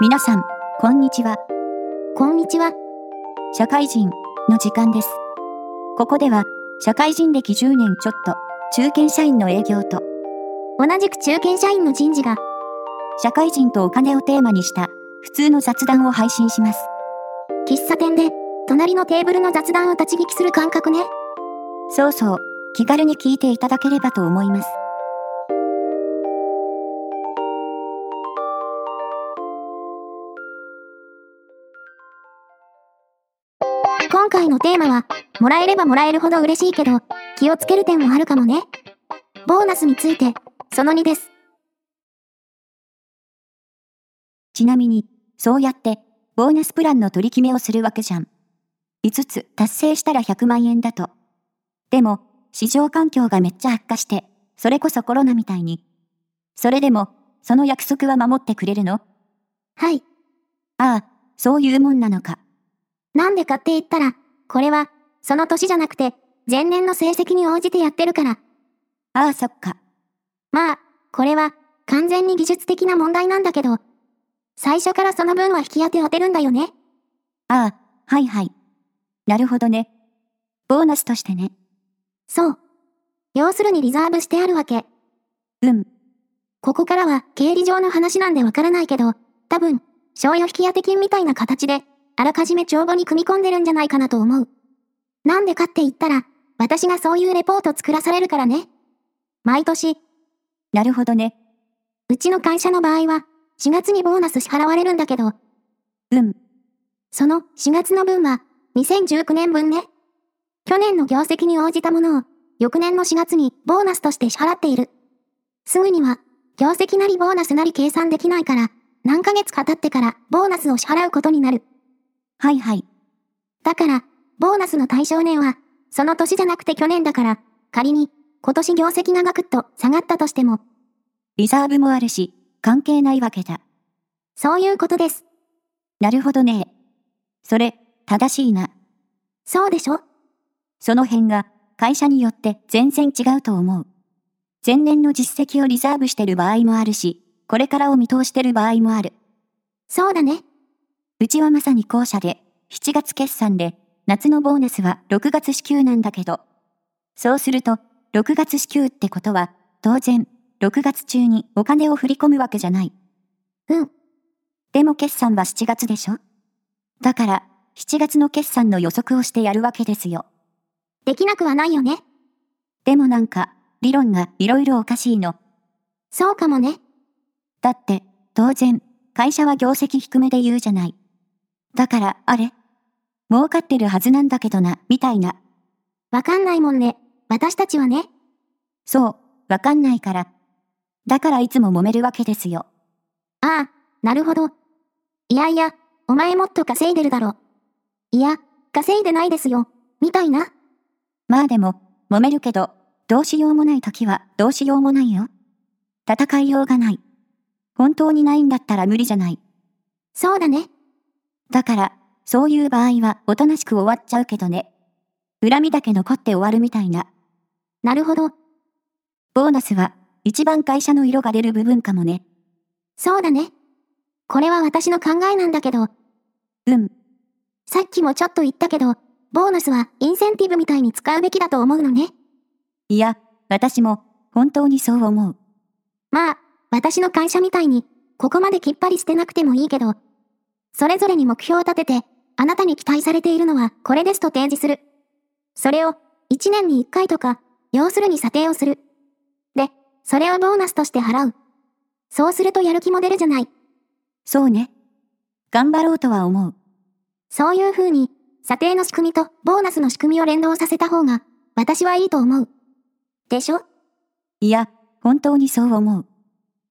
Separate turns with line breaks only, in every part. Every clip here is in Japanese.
皆さん、こんにちは。
こんにちは。
社会人の時間です。ここでは、社会人歴10年ちょっと、中堅社員の営業と、
同じく中堅社員の人事が、
社会人とお金をテーマにした、普通の雑談を配信します。
喫茶店で、隣のテーブルの雑談を立ち聞きする感覚ね。
そうそう、気軽に聞いていただければと思います。
今回のテーマは、もらえればもらえるほど嬉しいけど、気をつける点もあるかもね。ボーナスについて、その2です。
ちなみに、そうやって、ボーナスプランの取り決めをするわけじゃん。5つ達成したら100万円だと。でも、市場環境がめっちゃ悪化して、それこそコロナみたいに。それでも、その約束は守ってくれるの
はい。
ああ、そういうもんなのか。
なんでかって言ったら、これは、その年じゃなくて、前年の成績に応じてやってるから。
ああ、そっか。
まあ、これは、完全に技術的な問題なんだけど、最初からその分は引き当て当てるんだよね。
ああ、はいはい。なるほどね。ボーナスとしてね。
そう。要するにリザーブしてあるわけ。
うん、
ここからは経理上の話なんでわからないけど、多分、賞与引当金みたいな形で、あらかじめ帳簿に組み込んでるんじゃないかなと思う。なんでかって言ったら、私がそういうレポート作らされるからね。毎年、
なるほどね。
うちの会社の場合は、4月にボーナス支払われるんだけど、
うん、
その4月の分は、2019年分ね。去年の業績に応じたものを、翌年の4月にボーナスとして支払っている。すぐには、業績なりボーナスなり計算できないから、何ヶ月か経ってからボーナスを支払うことになる。
はいはい。
だから、ボーナスの対象年は、その年じゃなくて去年だから、仮に、今年業績がガクッと下がったとしても、
リザーブもあるし、関係ないわけだ。
そういうことです。
なるほどね。それ、正しいな。
そうでしょ
その辺が、会社によって全然違うと思う。前年の実績をリザーブしてる場合もあるし、これからを見通してる場合もある。
そうだね。
うちはまさに後者で、7月決算で、夏のボーナスは6月支給なんだけど。そうすると、6月支給ってことは、当然、6月中にお金を振り込むわけじゃない。
うん。
でも決算は7月でしょだから、7月の決算の予測をしてやるわけですよ。
できなくはないよね。
でもなんか、理論がいろいろおかしいの。
そうかもね。
だって、当然、会社は業績低めで言うじゃない。だから、あれ儲かってるはずなんだけどな、みたいな。
わかんないもんね。私たちはね。
そう、わかんないから。だからいつも揉めるわけですよ。
ああ、なるほど。いやいや、お前もっと稼いでるだろ。いや、稼いでないですよ。みたいな。
まあでも、揉めるけど、どうしようもない時はどうしようもないよ。戦いようがない。本当にないんだったら無理じゃない。
そうだね。
だから、そういう場合はおとなしく終わっちゃうけどね。恨みだけ残って終わるみたいな。
なるほど。
ボーナスは、一番会社の色が出る部分かもね。
そうだね。これは私の考えなんだけど、
うん、
さっきもちょっと言ったけど、ボーナスはインセンティブみたいに使うべきだと思うのね。
いや、私も、本当にそう思う。
まあ、私の会社みたいに、ここまできっぱりしてなくてもいいけど、それぞれに目標を立てて、あなたに期待されているのはこれですと提示する。それを、1年に1回とか、要するに査定をする。で、それをボーナスとして払う。そうするとやる気も出るじゃない。
そうね。頑張ろうとは思う。
そういう風に、査定の仕組みとボーナスの仕組みを連動させた方が、私はいいと思う。でしょ
いや、本当にそう思う。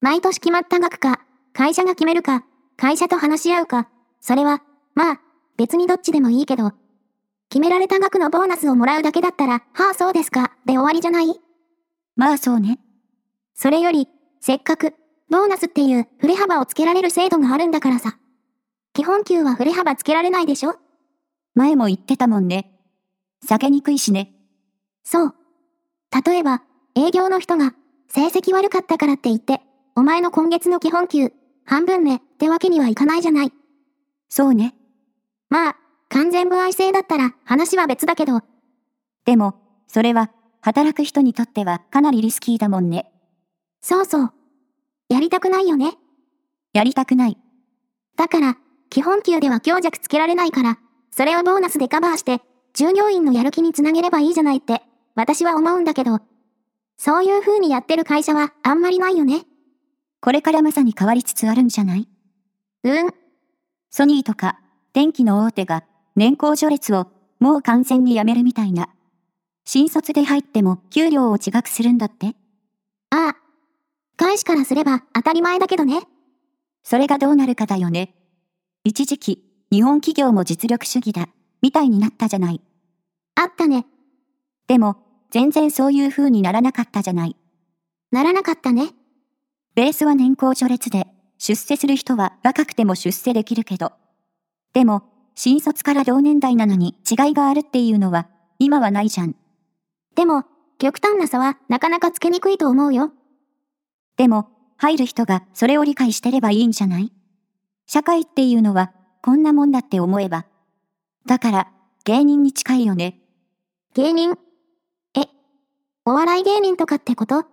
毎年決まった額か、会社が決めるか、会社と話し合うか、それは、まあ、別にどっちでもいいけど、決められた額のボーナスをもらうだけだったら、はあそうですか、で終わりじゃない
まあそうね。
それより、せっかく、ボーナスっていう振れ幅をつけられる制度があるんだからさ。基本給は振れ幅つけられないでしょ
前も言ってたもんね。下げにくいしね。
そう。例えば、営業の人が、成績悪かったからって言って、お前の今月の基本給、半分ねってわけにはいかないじゃない。
そうね。
まあ、完全歩合制だったら話は別だけど、
でも、それは、働く人にとってはかなりリスキーだもんね。
そうそう。やりたくないよね。
やりたくない。
だから、基本給では強弱つけられないから、それをボーナスでカバーして、従業員のやる気につなげればいいじゃないって、私は思うんだけど。そういう風にやってる会社はあんまりないよね。
これからまさに変わりつつあるんじゃない
うん、
ソニーとか、電機の大手が、年功序列を、もう完全にやめるみたいな。新卒で入っても、給料を自覚するんだって。
ああ。外資からすれば当たり前だけどね。
それがどうなるかだよね。一時期、日本企業も実力主義だ、みたいになったじゃない。
あったね。
でも、全然そういう風にならなかったじゃない。
ならなかったね。
ベースは年功序列で、出世する人は若くても出世できるけど。でも、新卒から同年代なのに違いがあるっていうのは、今はないじゃん。
でも、極端な差はなかなかつけにくいと思うよ。
でも、入る人がそれを理解してればいいんじゃない社会っていうのは、こんなもんだって思えば。だから、芸人に近いよね。
芸人。え、お笑い芸人とかってこと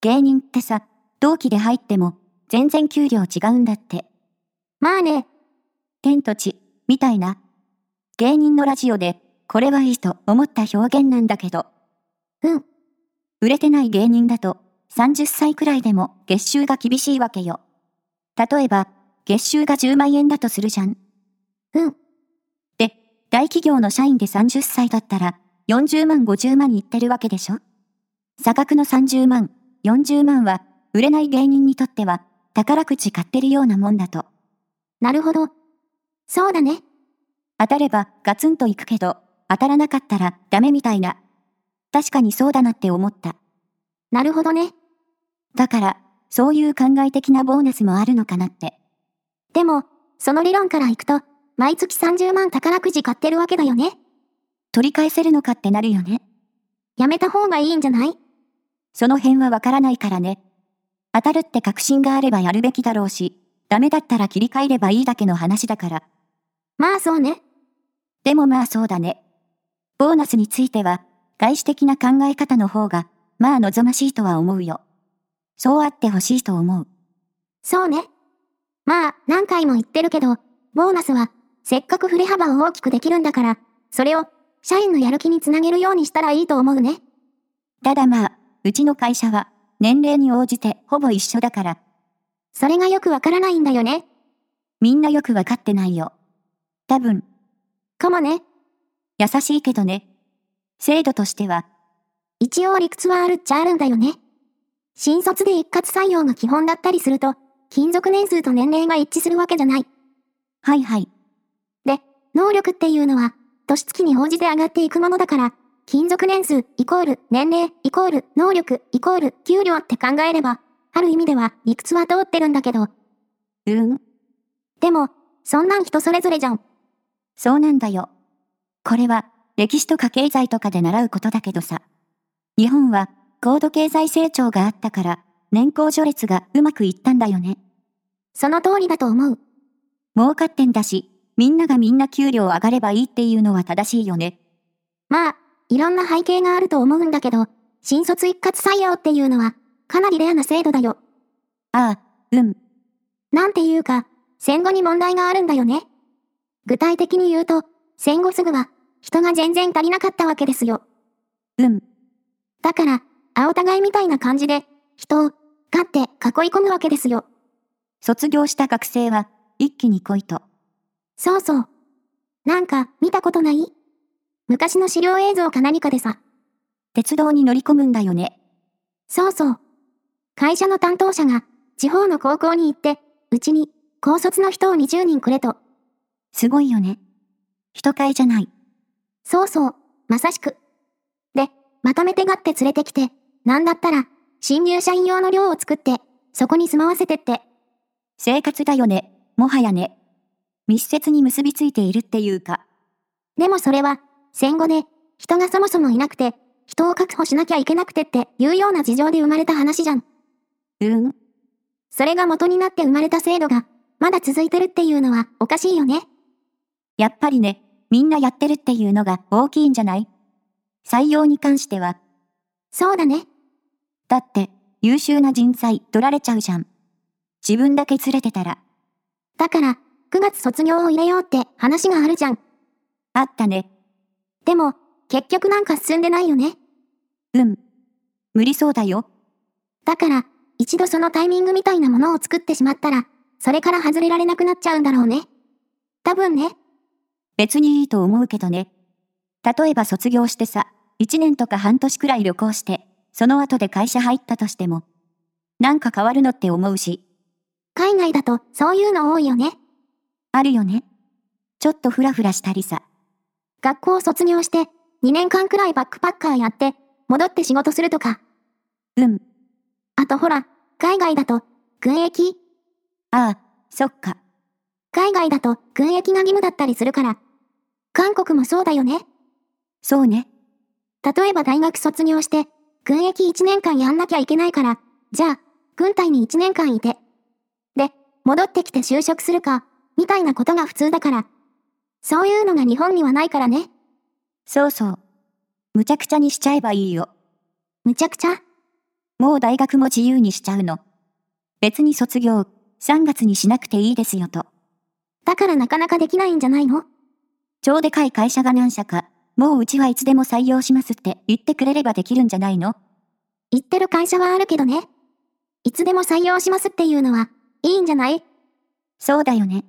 芸人ってさ、同期で入っても、全然給料違うんだって。
まあね、
天と地、みたいな。芸人のラジオで、これはいいと思った表現なんだけど。
うん。
売れてない芸人だと、30歳くらいでも月収が厳しいわけよ。例えば、月収が10万円だとするじゃん。
うん。
で、大企業の社員で30歳だったら、40万50万いってるわけでしょ差額の30万、40万は、売れない芸人にとっては、宝くじ買ってるようなもんだと。
なるほど。そうだね。
当たればガツンといくけど、当たらなかったらダメみたいな。確かにそうだなって思った。
なるほどね。
だから、そういう考え的なボーナスもあるのかなって。
でも、その理論からいくと、毎月30万宝くじ買ってるわけだよね。
取り返せるのかってなるよね。
やめた方がいいんじゃない
その辺はわからないからね。当たるって確信があればやるべきだろうし、ダメだったら切り替えればいいだけの話だから。
まあそうね。
でもまあそうだね。ボーナスについては、外資的な考え方の方が、まあ望ましいとは思うよ。そうあってほしいと思う。
そうね。まあ、何回も言ってるけど、ボーナスは、せっかく振れ幅を大きくできるんだから、それを、社員のやる気につなげるようにしたらいいと思うね。
ただまあ、うちの会社は、年齢に応じてほぼ一緒だから、
それがよくわからないんだよね。
みんなよくわかってないよ。多分、
かもね。
優しいけどね。制度としては、
一応理屈はあるっちゃあるんだよね。新卒で一括採用が基本だったりすると、勤続年数と年齢が一致するわけじゃない。
はいはい、
能力っていうのは、年月に応じて上がっていくものだから、勤続年数イコール年齢イコール能力イコール給料って考えれば、ある意味では理屈は通ってるんだけど、
うーん、
でも、そんなん人それぞれじゃん。
そうなんだよ。これは、歴史とか経済とかで習うことだけどさ。日本は、高度経済成長があったから、年功序列がうまくいったんだよね。
その通りだと思う。
儲かってんだし、みんながみんな給料上がればいいっていうのは正しいよね。
まあ、いろんな背景があると思うんだけど、新卒一括採用っていうのは、かなりレアな制度だよ。
ああ、うん、
なんていうか、戦後に問題があるんだよね。具体的に言うと、戦後すぐは、人が全然足りなかったわけですよ。
うん、
だから、青互いみたいな感じで、人を、飼って囲い込むわけですよ。
卒業した学生は、一気に来いと。
そうそう。なんか、見たことない昔の資料映像か何かでさ、
鉄道に乗り込むんだよね。
そうそう。会社の担当者が、地方の高校に行って、うちに、高卒の人を20人くれと。
すごいよね。人買いじゃない。
そうそう、まさしく。で、まとめてがって連れてきて、なんだったら、新入社員用の寮を作って、そこに住まわせてって。
生活だよね。もはやね。密接に結びついているっていうか、
でもそれは、戦後で、人がそもそもいなくて、人を確保しなきゃいけなくてっていうような事情で生まれた話じゃん。
うーん、
それが元になって生まれた制度が、まだ続いてるっていうのはおかしいよね。
やっぱりね、みんなやってるっていうのが大きいんじゃない採用に関しては、
そうだね。
だって優秀な人材取られちゃうじゃん。自分だけずれてたら、
だから、9月卒業を入れようって話があるじゃん。
あったね、
でも、結局なんか進んでないよね。
うん。無理そうだよ。
だから、一度そのタイミングみたいなものを作ってしまったら、それから外れられなくなっちゃうんだろうね。多分ね。
別にいいと思うけどね。例えば卒業してさ、1年とか半年くらい旅行して、その後で会社入ったとしても、なんか変わるのって思うし、
海外だとそういうの多いよね。
あるよね。ちょっとフラフラしたりさ、
学校を卒業して、2年間くらいバックパッカーやって、戻って仕事するとか。
うん、
あとほら、海外だと、軍役
ああ、そっか、
海外だと軍役が義務だったりするから。韓国もそうだよね。
そうね、
例えば大学卒業して、軍役1年間やんなきゃいけないから、じゃあ、軍隊に1年間いて。で、戻ってきて就職するか、みたいなことが普通だから。そういうのが日本にはないからね。
そうそう。むちゃくちゃにしちゃえばいいよ。
むちゃくちゃ。
もう大学も自由にしちゃうの。別に卒業、3月にしなくていいですよと。
だからなかなかできないんじゃないの
超でかい会社が何社か、もううちはいつでも採用しますって言ってくれればできるんじゃないの
言ってる会社はあるけどね。いつでも採用しますっていうのは、いいんじゃない
そうだよね。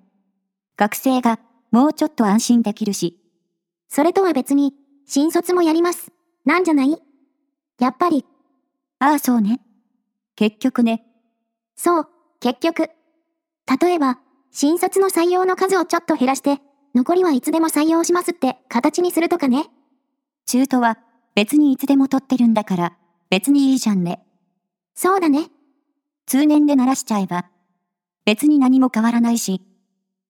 学生がもうちょっと安心できるし、
それとは別に、新卒もやります。なんじゃないやっぱり、
ああそうね。結局ね、
そう、結局。例えば、新卒の採用の数をちょっと減らして、残りはいつでも採用しますって形にするとかね。
中途は別にいつでも取ってるんだから、別にいいじゃんね。
そうだね。
通年で鳴らしちゃえば、別に何も変わらないし、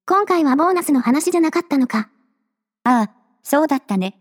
今回はボーナスの話じゃなかったのか。
ああ、そうだったね。